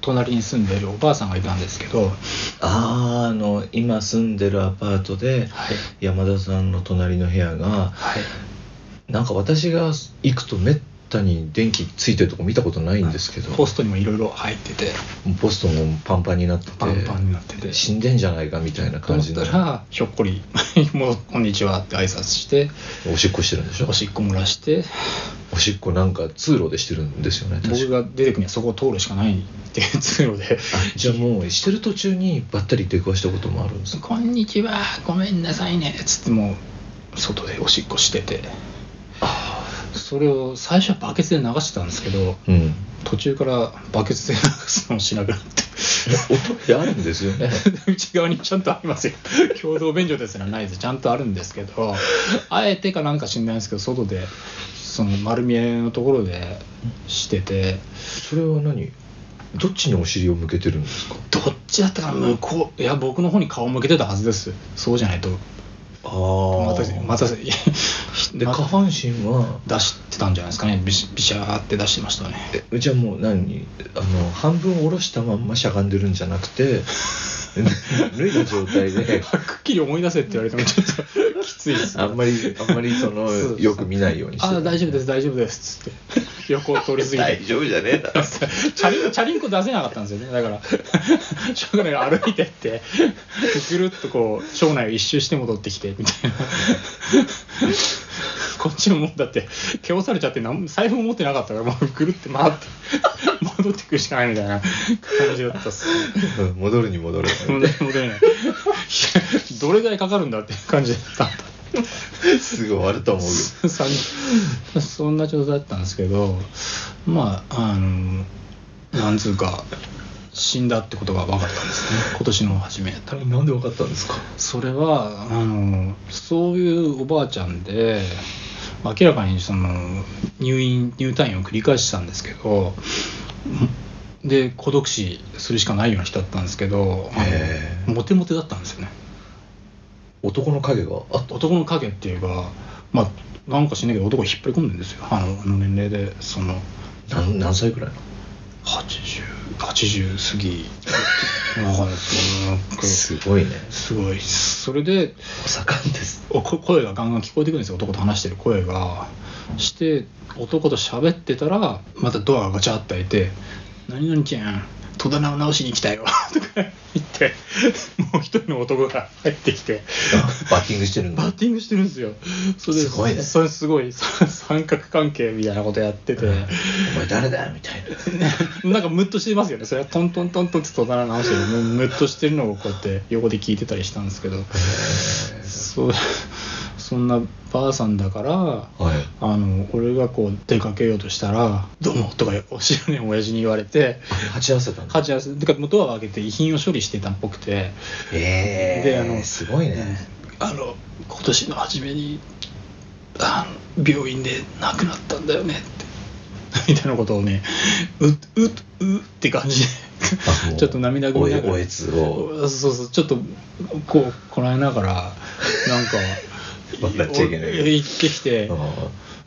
隣に住んでるおばあさんがいたんですけど、あーあの今住んでるアパートではい山田さんの隣の部屋はがい、なんか私が行くとめったに電気ついてるとこ見たことないんですけどポストにもいろいろ入っててポストもパンパンになっててパンパンになってて死んでんじゃないかみたいなと感思じっでたらひょっこり「もうこんにちは」って挨拶しておしっこしてるんでしょおしっこ漏らしておしっこなんか通路でしてるんですよね確僕かが出てくにはそこを通るしかないっていう通路であじゃあもうしてる途中にばったり出くわしたこともあるんです「かこんにちはごめんなさいね」っつってもう外でおしっこしててそれを最初はバケツで流してたんですけどうん途中からバケツで流すのをしなくなって音ってあるんですよね 内側にちゃんとありますよ 共同便所ですらないですちゃんとあるんですけどあえてかなんか知んないんですけど外でその丸見えのところでしててそれは何どっちにお尻を向けてるんですかどっちだったかな向こういや僕の方に顔向けてたはずですそうじゃないとあまあたまたいや で下また半身は出してたんじゃないですかねビシビシャーって出してましたねえじゃあもう何あの半分下ろしたまんましゃがんでるんじゃなくて 脱いだ状態 ではっきり思い出せって言われてもちょっときついですあんまりあんまりそのそうそうよく見ないようにしてあ大丈夫ですす大丈夫ですっ つって横を通り過ぎて大丈夫じゃねえだろチャリンチャリンコ出せなかったんですよねだからしょうがない歩いてってぐるっとこう町内を一周して戻ってきてみたいなこっちももうだって蹴落されちゃってなん財布も持ってなかったからもうぐるって回って戻ってくるしかないみたいな感じだったっすねうん 戻るに戻る 戻れ戻れないいやどれぐらいかかるんだっていう感じだったんだすぐ終わると思うよさんそんな状態だったんですけどまああのなんつうか死んだってことが分かったんですね今年の初めあれなんでわかったんですかそれはあのそういうおばあちゃんで明らかにその入院入退院を繰り返してたんですけどで孤独死するしかないような人だったんですけどあのへえモテモテだったんですよね男の影があった男の影っていうかまあなんかしないけど男を引っ張り込んでるんですよあのあの年齢でその何何歳ぐらいの8080過ぎわかんないですなんかすごいねすごいそれでお盛んですおこ声がガンガン聞こえてくるんですよ男と話してる声がして男と喋ってたらまたドアがガチャって開いて「何々ちゃん戸棚を直しに来たよ」とか言ってもう一人の男が入ってきてあバッティングしてるんだバッティングしてるんですよ。それですごいねそれすごい さ三角関係みたいなことやってて、お前誰だよみたい ななんかムッとしてますよね。それはトントントントンって戸棚直してるムッとしてるのをこうやって横で聞いてたりしたんですけど、そうそんなばあさんだから。はいあの俺がこう出かけようとしたら「どうも」とか お知らねえ親父に言われて鉢合わせたんだ鉢合わせてかもうドアを開けて遺品を処理してたっぽくてええであのすごいねあの今年の初めにあの病院で亡くなったんだよねって みたいなことをねうっうっうっって感じであも うちょっと涙ぐみながらおえおえつをそうそうちょっとこうこらえながら なんか笑っちゃいけないけどお行ってきてあ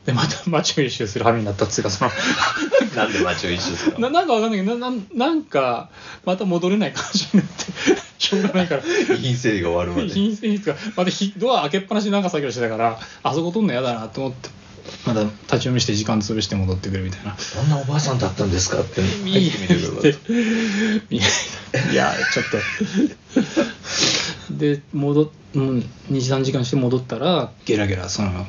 でまた街を一周する羽目になったっつうかそ のーなんで町を一緒ですななんかわかんないけどなななんかまた戻れない感じになってしょうがないから。遺品整理が終わるまで品質いいですかまたひドア開けっぱなしでなんか作業してたからあそこ取んの嫌だなと思ってまた立ち読みして時間潰して戻ってくるみたいなどんなおばあさんだったんですかって見入ってみてくればよかっ見えいやちょっとで戻っ23時間して戻ったらゲラゲラその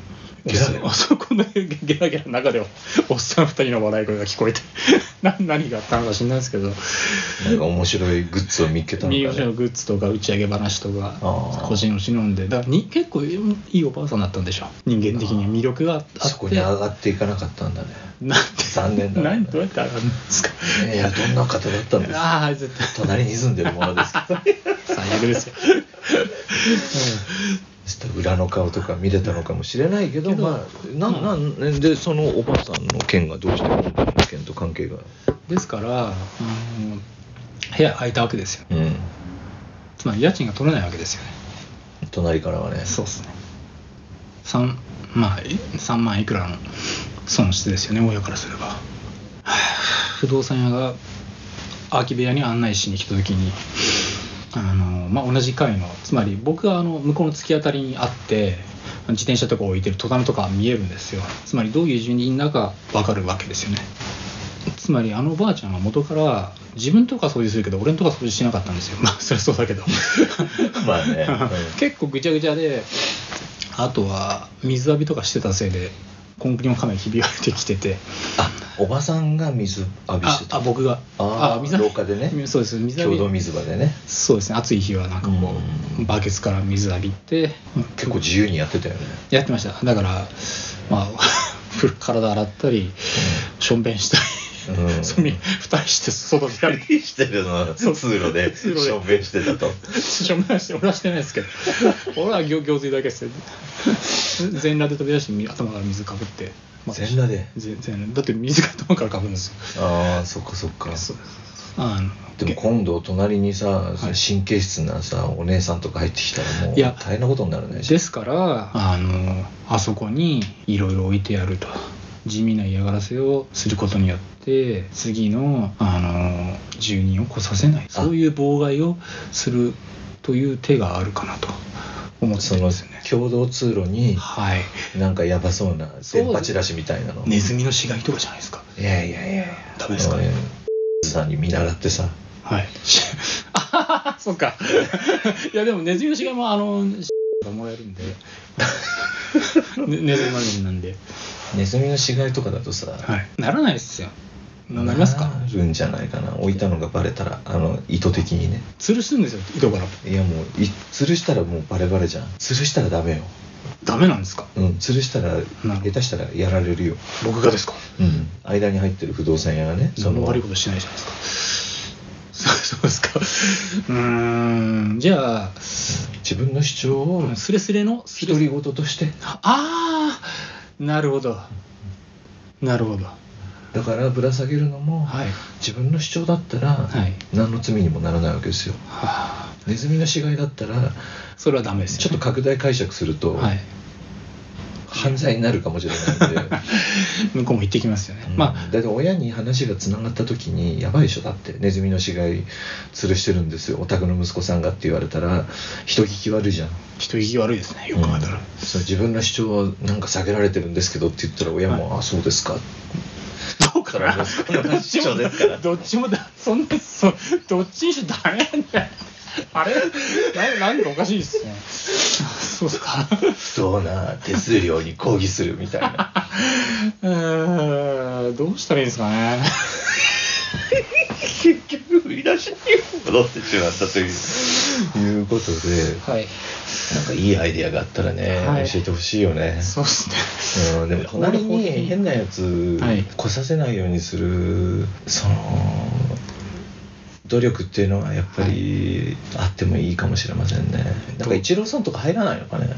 ゲラゲラあそこのゲゲラゲラの中ではおっさん2人の笑い声が聞こえて な何があったのか知んないですけどたなんか面白いグッズを見っけたの右か腰ねのグッズとか打ち上げ話とかあー腰の忍んでだからに結構いいおばあさんだったんでしょ人間的に魅力があってそこに上がっていかなかったんだねなんて残念だな何どうやって上がるんですかいやどんな方だったんですかああ絶対隣に住んでるものです けど最悪ですよ、ちょっと裏の顔とか見れたのかもしれないけどまあなんなんでそのおばあさんの件がどうして今回の件と関係がうんですから、うん、部屋空いたわけですようんつまり家賃が取れないわけですよね隣からはねそうですね3まあい3万いくらの損失ですよね親からすればはあ不動産屋が空き部屋に案内しに来た時にあの、まあ、同じ階のつまり僕はあの向こうの突き当たりにあって自転車とか置いてる戸棚とか見えるんですよつまりどういう住人だか分かるわけですよねつまりあのおばあちゃんは元から自分とか掃除するけど俺のとか掃除しなかったんですよまあそりゃそうだけど まあね 結構ぐちゃぐちゃであとは水浴びとかしてたせいでコンクリの亀ひび割れてきててあおばさんが水浴びあしてたあ僕があー水浴び廊下で ねそうです水浴共び同水場でねそうですね暑い日はなんかこう、うんバケツから水浴びて結構自由にやってたよねやってましただからまあ 体洗ったりしょんべんしたり、うんそれに蓋して外でやるしてるのは通路で通路でしょんべんしてたとしょんべんはして俺はしてないです けど俺は行行水だけですよ全裸で飛び出してみ頭から水かぶって、まあ全裸で全全裸だって水が頭からかぶるんですよああそっかそっかそうあのでも今度隣にさい神経質なさお姉さんとか入ってきたらもういや大変なことになるねですからあのあそこにいろいろ置いてやると地味な嫌がらせをすることによって次のあの住人を来させないそういう妨害をするという手があるかなと思ってそるんのですよね。共同通路にはい、なんかやばそうなそう電波チラシみたいなのネズミの死骸とかじゃないですか。いやいやいやダメですかねうんさんに見習ってさはい。あははは そっ か。いやでもネズミの死骸もあのがもらえるん で。ねネズミマネなんで。ネズミの死骸とかだとさはい。ならないですよ。ななりますか。るんじゃないかな置いたのがバレたらあの意図的にね吊るすんですよ糸からいやもうい吊るしたらもうバレバレじゃん吊るしたらダメよダメなんですかうん吊るしたらほど下手したらやられるよ僕がですかうん間に入ってる不動産屋がねそそのの悪いことしないじゃないですか そうそうですかうーんじゃあ自分の主張をスレスレのスレ独スレり言としてああなるほどなるほどだからぶら下げるのもはい自分の主張だったらはい何の罪にもならないわけですよはあネズミの死骸だったらそれはダメですちょよっとね、拡大解釈するとはい犯罪になるかもしれないんで、向こうも行ってきますよね、うんまだって親に話がつながった時にやばいでしょだってネズミの死骸吊るしてるんですよお宅の息子さんがって言われたら人聞き悪いじゃんあ人聞き悪いですねよく考えたら、うんそう自分の主張はなんか下げられてるんですけどって言ったら親も「あそうですか」どうかなそれはそれは主張ですからどっちもだそんなそどっちにしろダメなんだよあれななんかおかしいっすねそうっす か不当な手数料に抗議するみたいなうーんどうしたらいいんですかね結局振り出しに戻ってしまったと いういうことではいなんかいいアイデアがあったらね、はい教えてほしいよねそうっすねうん、でも隣に変なやつはい来させないようにする、その努力っていうのはやっぱりあってもいいかもしれませんねなんかイチローさんとか入らないのかね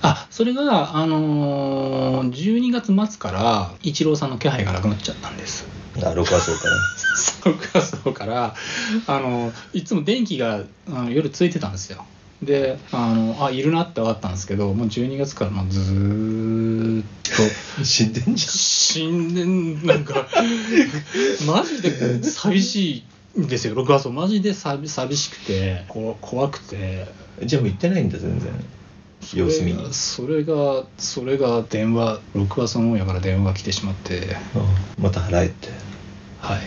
あそれがあのー、12月末からイチローさんの気配がなくなっちゃったんですあ6月からそうかそうからあのいつも電気があの夜ついてたんですよであのあいるなって分かったんですけどもう12月からもうずーっと 死んでんじ新年なんか マジで寂しいんですよ6月マジで寂寂しくてこ怖くてゃんじゃあもう行ってないんだ全然それ様が子見にそれがそれが電話6月のもんやから電話来てしまってうんまた払えってはい、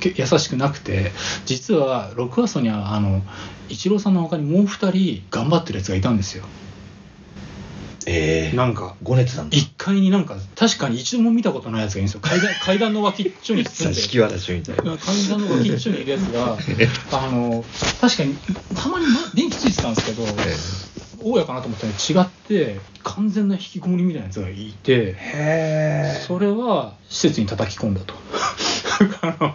け優しくなくて実は6話層にはあのイチローさんの他にもう2人頑張ってるやつがいたんですよええなんかごねてたんだ1階になんか確かに一度も見たことないやつがいるんですよ階段階段の脇っちょに住ん 座で敷わらしみたいな階段の脇っちょにいるやつ があの確かにたまにま電気ついてたんですけど大家かなと思ったら違って完全な引きこもりみたいなやつがいてへそれは施設に叩き込んだとあの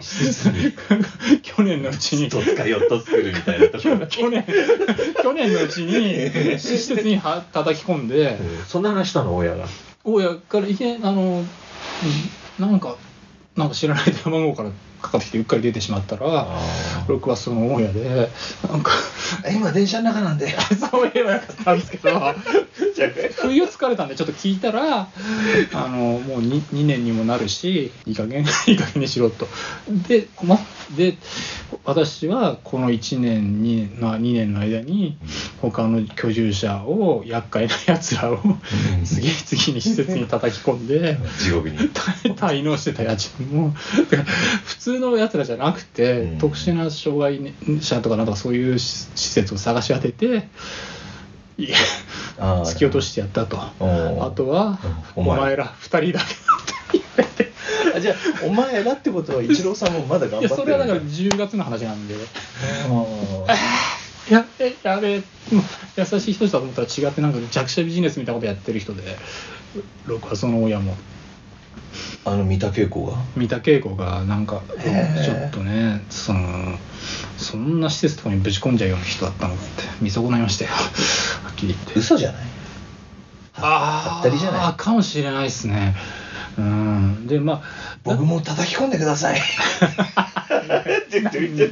去年のうちにどっかヨットスクールみたいなとこ 去去年去年のうちに施設には叩き込んでうんそんな話したの親が大家からいきなりあのうんなんかなんか知らない電話番号からかかってきてうっかり出てしまったら僕はその大家でなんか今電車の中なんで そういえばよかったんですけどちゃう不意をつかれたんでちょっと聞いたらあのもう 2, 2年にもなるしいい加減 いい加減にしろとで,、ま、で私はこの1年 2, 年の2年の間に他の居住者を厄介なやつらを次々に施設に叩き込ん で。地獄に滞納してた家賃もだから普通のやつらじゃなくて、うん特殊な障害者とかなんかそういう施施設を探し当てていやあー 突き落としてやったとあおーとはうおん前お前ら二人だけだあじゃあお前らってことはイチローさんもまだって頑いや張ってそるれはだからん10月の話なんであやべやべもう優しい人だと思ったら違ってなんか弱者ビジネスみたいなことやってる人で僕はその親もーあの三田恵子が三田恵子がなんかへえちょっとねそのそんな施設とかにぶち込んじゃうような人だったのかって見損ないましたよはっきり言って 嘘じゃないあはったりじゃないあかもしれないですねうんでまあ僕も叩き込んでくださいって言ってみて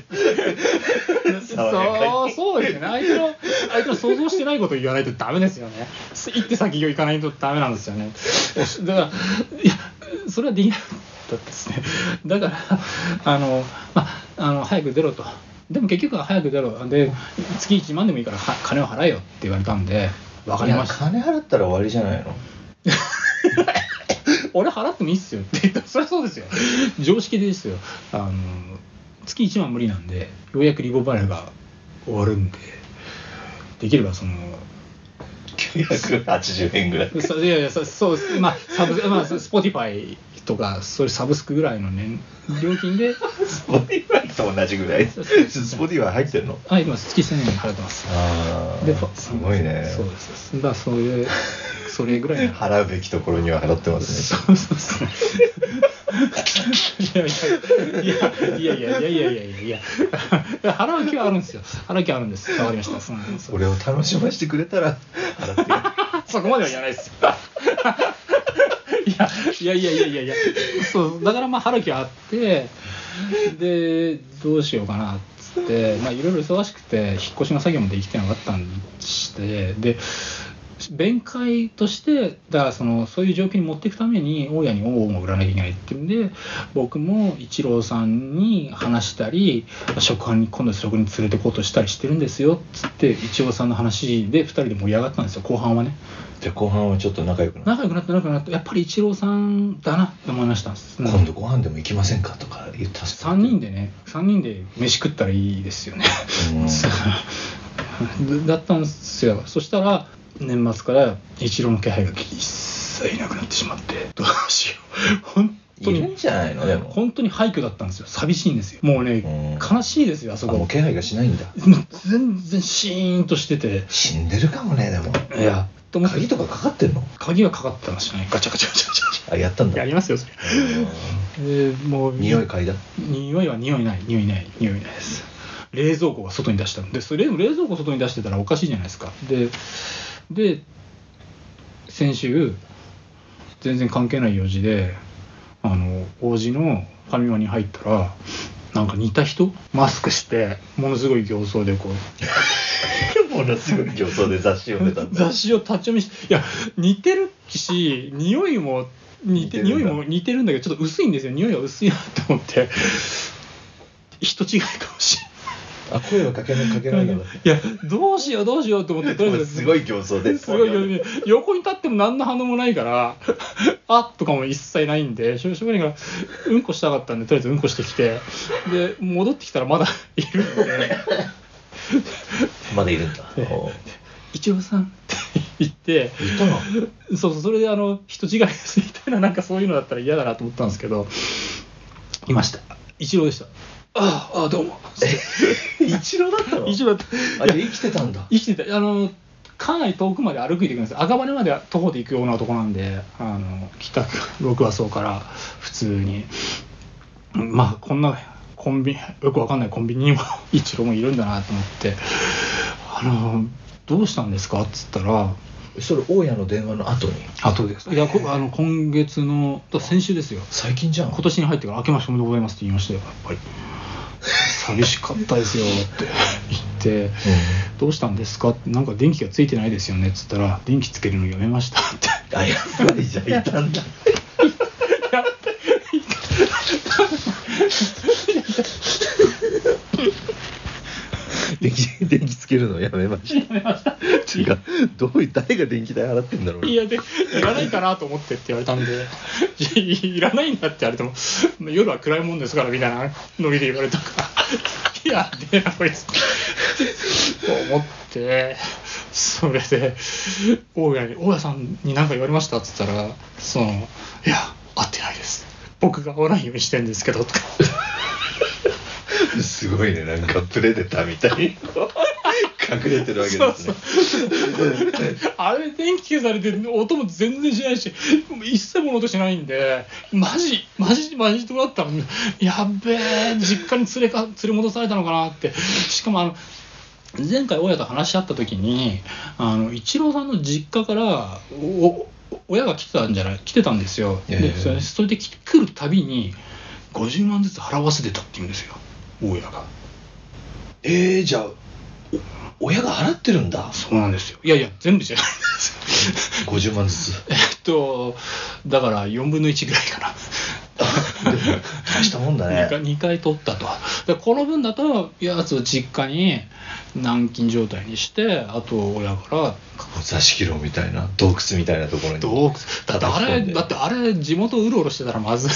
爽やかそうにそうですよね相手の相手の想像してないことを言わないとダメですよね一手先を行かないとダメなんですよねだからいやそれはできなかったですねだからあの,、まあ、あの早く出ろとでも結局は早く出ろで月1万でもいいからは金を払えよって 言われたんで分かりましいたや金払ったら終わりじゃないの 俺払ってもいいっすよって言ったらそりゃそうですよ常識ですよあの月1万無理なんでようやくリボ払いが終わるんでできればその980円ぐらいそいやいやそそうですまあサブまあスポティファイとかそういうサブスクぐらいのね料金で スポティファイと同じぐらいそうそうスポティファイ入ってるのあ今月1000円払ってますあでフあァすごいねそうですだからそういうそれぐらいの払うべきところには払ってますねそうそうそう。 いやいやいやいやいやいやいやいや いや払う気はあるんですよ払う気はあるんですわかりましたそうなんです俺を楽しませてくれたら払ってやる そこまでは言わないです いやいやいやいやいやいやそうだからまあ春樹はあってでどうしようかなっつってまあいろいろ忙しくて引っ越しの作業もできてなかったんしてで弁解としてだからそのそういう状況に持っていくために大家に恩を売らなきゃいけないっていうんで僕も一郎さんに話したり食班に今度食に連れてこうとしたりしてるんですよっつって一郎さんの話で2人で盛り上がったんですよ後半はね。 じゃあ後半はちょっと仲良くな仲良くなって仲良くなってやっぱりイチローさんだなって思いました、うん今度ご飯でも行きませんかとか言った3人でね3人で飯食ったらいいですよねうんそうだだったんですよそしたら年末からイチローの気配が一切いなくなってしまってどうしよう本当いるんにじゃないのでも本当に廃墟だったんですよ寂しいんですよもうねうん悲しいですよあそあもこう気配がしないんだもう全然シーンとしてて死んでるかもねでもいやと思って鍵とかかかってんの鍵はかかってましたねガチャガチャガチャガチャガチあやったんャだやりますよそれうえーもうん匂い嗅いだ匂いは匂いない匂いない匂いないです冷蔵庫が外に出したんでそれ冷蔵庫外に出してたらおかしいじゃないですかでで先週全然関係ない用事であの王子のファミマに入ったらなんか似た人マスクしてものすごい形相でこうものすごい 競争で雑誌読んでたんだ雑誌を立ち読みしていや似てるし匂いも似て似てる匂んいだも似てるんだけどちょっと薄いんですよ匂いが薄いなと思って人違いかもし あ声はかけないかけれなないいかいらやどうしようどうしようと思ってとりあえずすごい競争ですごいよね横に立っても何の反応もないから「あっ」とかも一切ないんでしょうしょうがないからうんこしたかったんでとりあえずうんこしてきてで戻ってきたらまだいるんで。まだいるんだおう一郎さんって言って言ったのそうそうそれであの人違いですみたいななんかそういうのだったら嫌だなと思ったんですけどいました一郎でしたああああどうも 一郎だったの一郎だあったじゃあいや生きてたんだ生きてたあのかなり遠くまで歩いていくんですよ赤羽までは徒歩で行くようなとこなんであの北区六和荘から普通にまあこんなコンビニよくわかんないコンビニにも 一郎もいるんだなと思ってあのどうしたんですかっつったらそれ大家の電話の後にあとですいやこあの今月のだ先週ですよ最近じゃん今年に入ってから「明けましておめでとうございます」って言いましたよやっぱり寂しかったですよってて「どうしたんですか?」って「なんか電気がついてないですよね」っつったら「電気つけるのやめました」ってあやっぱりじゃあいたん だ電気電気つけるのやめました違うどういう誰が電気代払ってんだろういやでいらないかなと思ってって言われたんで 「いやいらないんだ」って言われても「夜は暗いもんですから」みたいなノリで言われたから 「いやでえなこいつ」と思ってそれで大家に「大家さんに何か言われました?」っつったら「そのいや会ってないです僕がおらんようにしてんですけど」とかすごいねなんかプレデターみたいに隠れてるわけですねあれ電気消されて音も全然しないしもう一切物音しないんでマジマジマジとだったのやっべえ実家に連れか連れ戻されたのかなってしかもあの前回親と話し合った時にあの一郎さんの実家からおお親が来てたんじゃない来てたんですよ、ええでそれそれで来来るたびに50万ずつ払わせてたって言うんですよ大家が。えー、じゃあお親が払ってるんだそうなんですよいやいや全部じゃないです50万ずつ えっとだから4分の1ぐらいかな大したもんだ2ね回二回取ったとでこの分だとやつを実家に軟禁状態にしてあと親から座敷牢みたいな洞窟みたいなところにどうだってあ叩き込れんでだってあれ地元うろうろしてたらまずい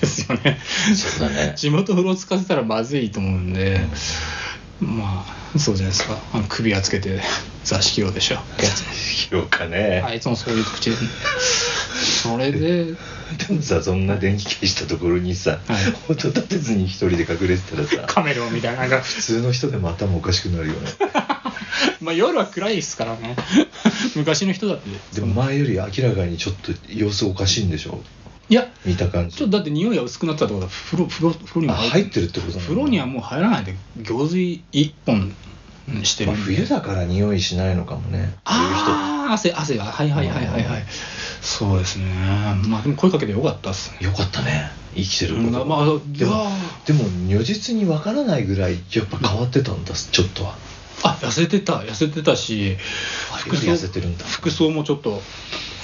ですよねそうだ ね地元うろつかせたらまずいと思うんで、まあそうじゃないですかあの首輪つけて座敷用でしょしようかね、あいつもそういう口でそれ ででもさそんな電気消したところにさ、はい音立てずに一人で隠れてたらさカメラみたいななんか普通の人でも頭おかしくなるよ ねまあ夜は暗いですからね 昔の人だってでも前より明らかにちょっと様子おかしいんでしょいや見た感じちょっとだって匂いが薄くなったってことは風呂風呂風呂にあも入ってるってことなの風呂にはもう入らないで行水一本うんしてるまあ冬だから匂いしないのかもねああ汗汗がはいはいはいはいはいそうですねまあでも声かけてよかったっすねよかったね生きてるうこんとまがあまあでもでも如実にわからないぐらいやっぱ変わってたんだちょっとはあ痩せてた痩せてたし服装痩せてるんだ服装もちょっと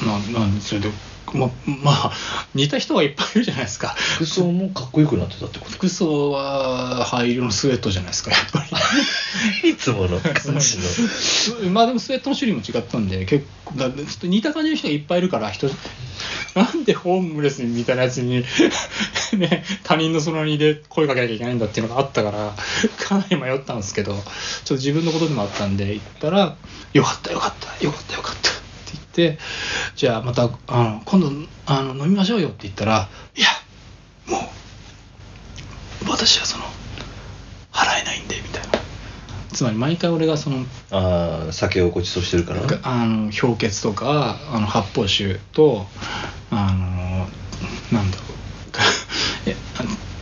ななんそれでままあ似た人がいっぱいいるじゃないですか服装もかっこよくなってたってこ服装は灰色のスウェットじゃないですかやっぱといつもの感じのり まあでもスウェットの種類も違ったんで結構だちょっと似た感じの人がいっぱいいるから人なんでホームレスみたいなやつに ね他人のそのにで声かけなきゃいけないんだっていうのがあったからかなり迷ったんですけどちょっと自分のことでもあったんで行ったら「よかったよかったよかったよかった」って言って「じゃあまたあの今度あの飲みましょうよ」って言ったら「いやもう私はその払えないんでみたいなつまり毎回俺がそのああ酒をごちそうしてるからがあの氷結とかあの発泡酒とあのなんだろう かえ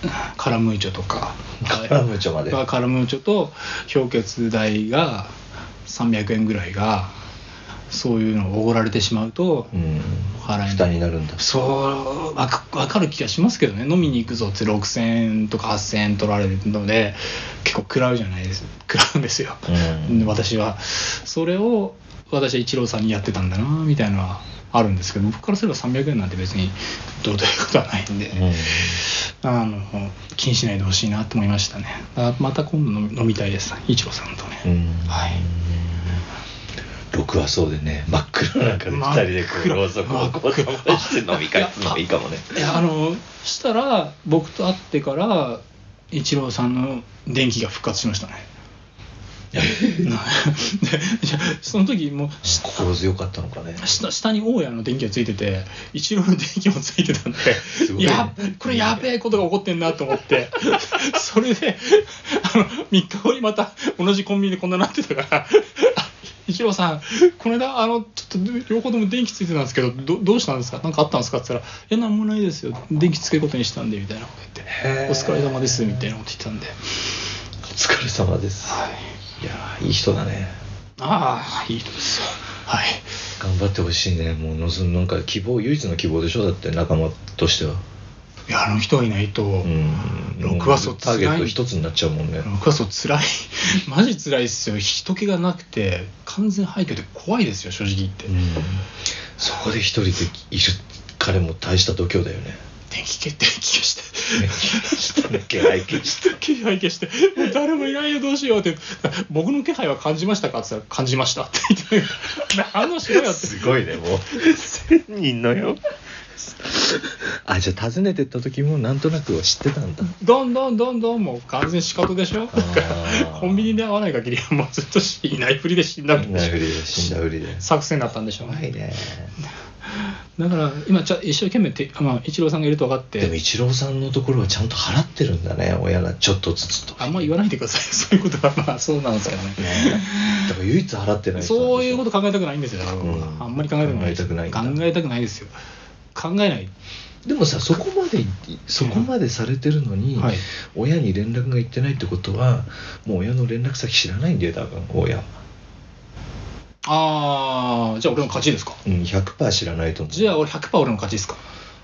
あカラムーチョとかカラムーチョまでがカラムーチョと氷結代が300円ぐらいがそういうのをおごられてしまうと、うん払えない蓋になるんだそうわかわかる気がしますけどね飲みに行くぞって6,000円とか8,000円取られるので結構食らうじゃないです食らうんですよ、うんで私はそれを私は一郎さんにやってたんだなみたいなのはあるんですけど僕からすれば300円なんて別にどうということはないんで、うんあの気にしないでほしいなと思いましたねあまた今度飲み飲みたいです一郎さんとね、うんはい僕はそうでね真っ暗の中で二人でこうろうそくをこう飛ばして飲み会するのもいいかもねいやあのしたら僕と会ってから一郎さんの電気が復活しましたねでいやその時もうし心強かったのかね下下に大家の電気がついてて一郎の電気もついてたんで、ごいねやっこれやべえことが起こってんなと思って それであの3日後にまた同じコンビニでこんななってたからあ「一郎さんこの間あのちょっと両方とも電気ついてたんですけどどどうしたんですか何かあったんですか?」って言ったら「いや何もないですよ電気つけることにしたんで」みたいなこと言っへて「ーお疲れ様です」みたいなこと言ってたんで、お疲れ様ですはい、いやーいい人だねああいい人ですよはい頑張ってほしいねもうのずなんか希望唯一の希望でしょだって仲間としてはいやあの人がいないと、うん六はそっちターゲット一つになっちゃうもんね僕はそう辛い マジ辛いっすよ人気がなくて完全廃墟で怖いですよ正直言って、うんそこで一人でいる彼も大した度胸だよ ね電気消電気消してしたね気配消して気配消して「もう誰もいないよどうしよう」って「僕の気配は感じましたか?」って言ったら「感じました」って言って「何のしろよ」ってすごいねもう1000人のよあじゃあ訪ねてった時もなんとなくは知ってたんだどんどんどんどんもう完全仕方でしょーコンビニで会わない限りはもうずっとしいないふりで死んだみ死んただいふなりで死んだふりで作戦だったんでしょうねねだから今ちゃ一生懸命て、まあ、一郎さんがいると分かってでも一郎さんのところはちゃんと払ってるんだね親がちょっとずつとあんま言わないでくださいそういうことはまあそうなんですけどねだから唯一払ってない人なんでしょそういうこと考えたくないんですよ、だから僕はうんあんまり考えたくないです考えたくないんだ考えたくないですよ考えないでもさそこまでそこまでされてるのに、はい親に連絡が行ってないってことはもう親の連絡先知らないんだよ多分親は、ああじゃあ俺の勝ちですかうん、100%知らないと思うじゃあ俺100%俺の勝ちですか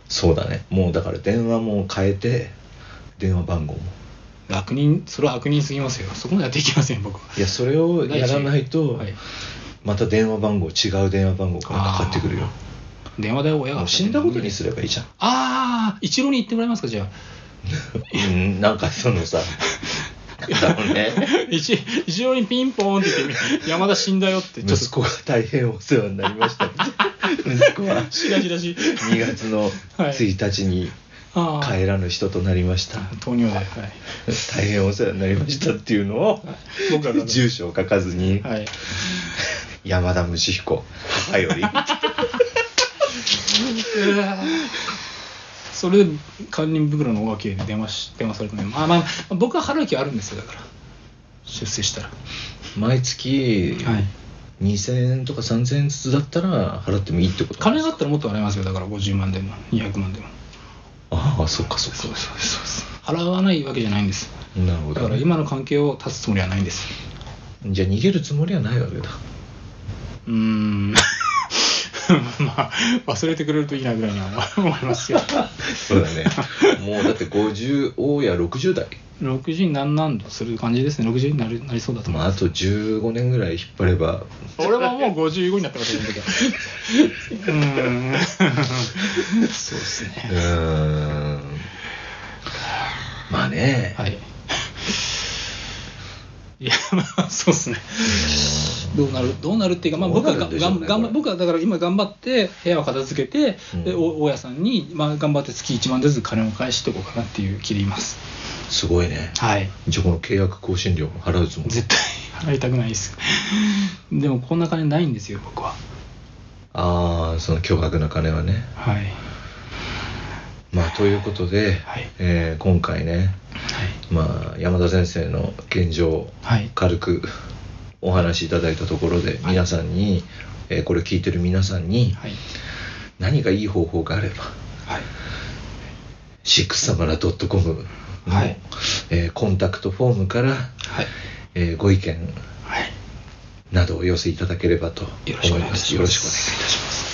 そうだねもうだから電話も変えて電話番号も悪人それは悪人すぎますよそこまでやっていきません僕はいやそれをやらないとはいまた電話番号違う電話番号からかかってくるよ電話だよ親もがう死んだことにすればいいじゃんああ一郎に言ってもらえますかじゃあ うんなんかそのさなんだろうね一一郎にピンポーンって言ってみ山田死んだよってちょっ息と子が大変お世話になりました息子はしらしらし2月のはい1日にああ帰らぬ人となりました、糖尿で、はい、大変お世話になりましたっていうのを僕らが住所を書かずに、はい山田虫彦母より それで堪忍袋の大垣に電話し電話されてねまあまあまあ僕は払う気あるんですよだから出世したら毎月2000円とか3000円ずつだったら払ってもいいってこと金があったらもっと払いますよだから50万でも200万でもああそっかそっかそうです払わないわけじゃないんですなるほだどから今の関係を断つつもりはないんですじゃあ逃げるつもりはないわけだうーん まあ忘れてくれるといいなぐらいには思いますよそうだ ねもうだって50大や60代60になんなんとする感じですね60になるなりそうだと思いまあまあすと15年ぐらい引っ張れば俺ももう55になってますよ、その時 は。うーん。そうですうね。ーんまあね、はい。いや、まあ、そうですね。どうなる、どうなるっていうか、まあ、僕はどうなるんでしょがうねん頑張、これ僕はだから、今頑張って、部屋を片付けて。うんで、お大家さんに、まあ、頑張って月1万ずつ金を返していこうかなっていう気でいます。すごいねはい。じゃあこの契約更新料も払うつもり絶対 払いたくないです。でも、こんな金ないんですよ、僕は。ああその巨額な金はねはい。まあということで、はいえー今回ねまあ山田先生の現状をはい。はい。軽くお話しいただいたところで皆さんに、えーこれ聞いてる皆さんにはい。何かいい方法があればはい。シックスサマラドットコムの、はいえーコンタクトフォームから、はい。えーご意見はい。などをお寄せいただければと思いまよろすしくお願いいたしますよろしくお願いいたします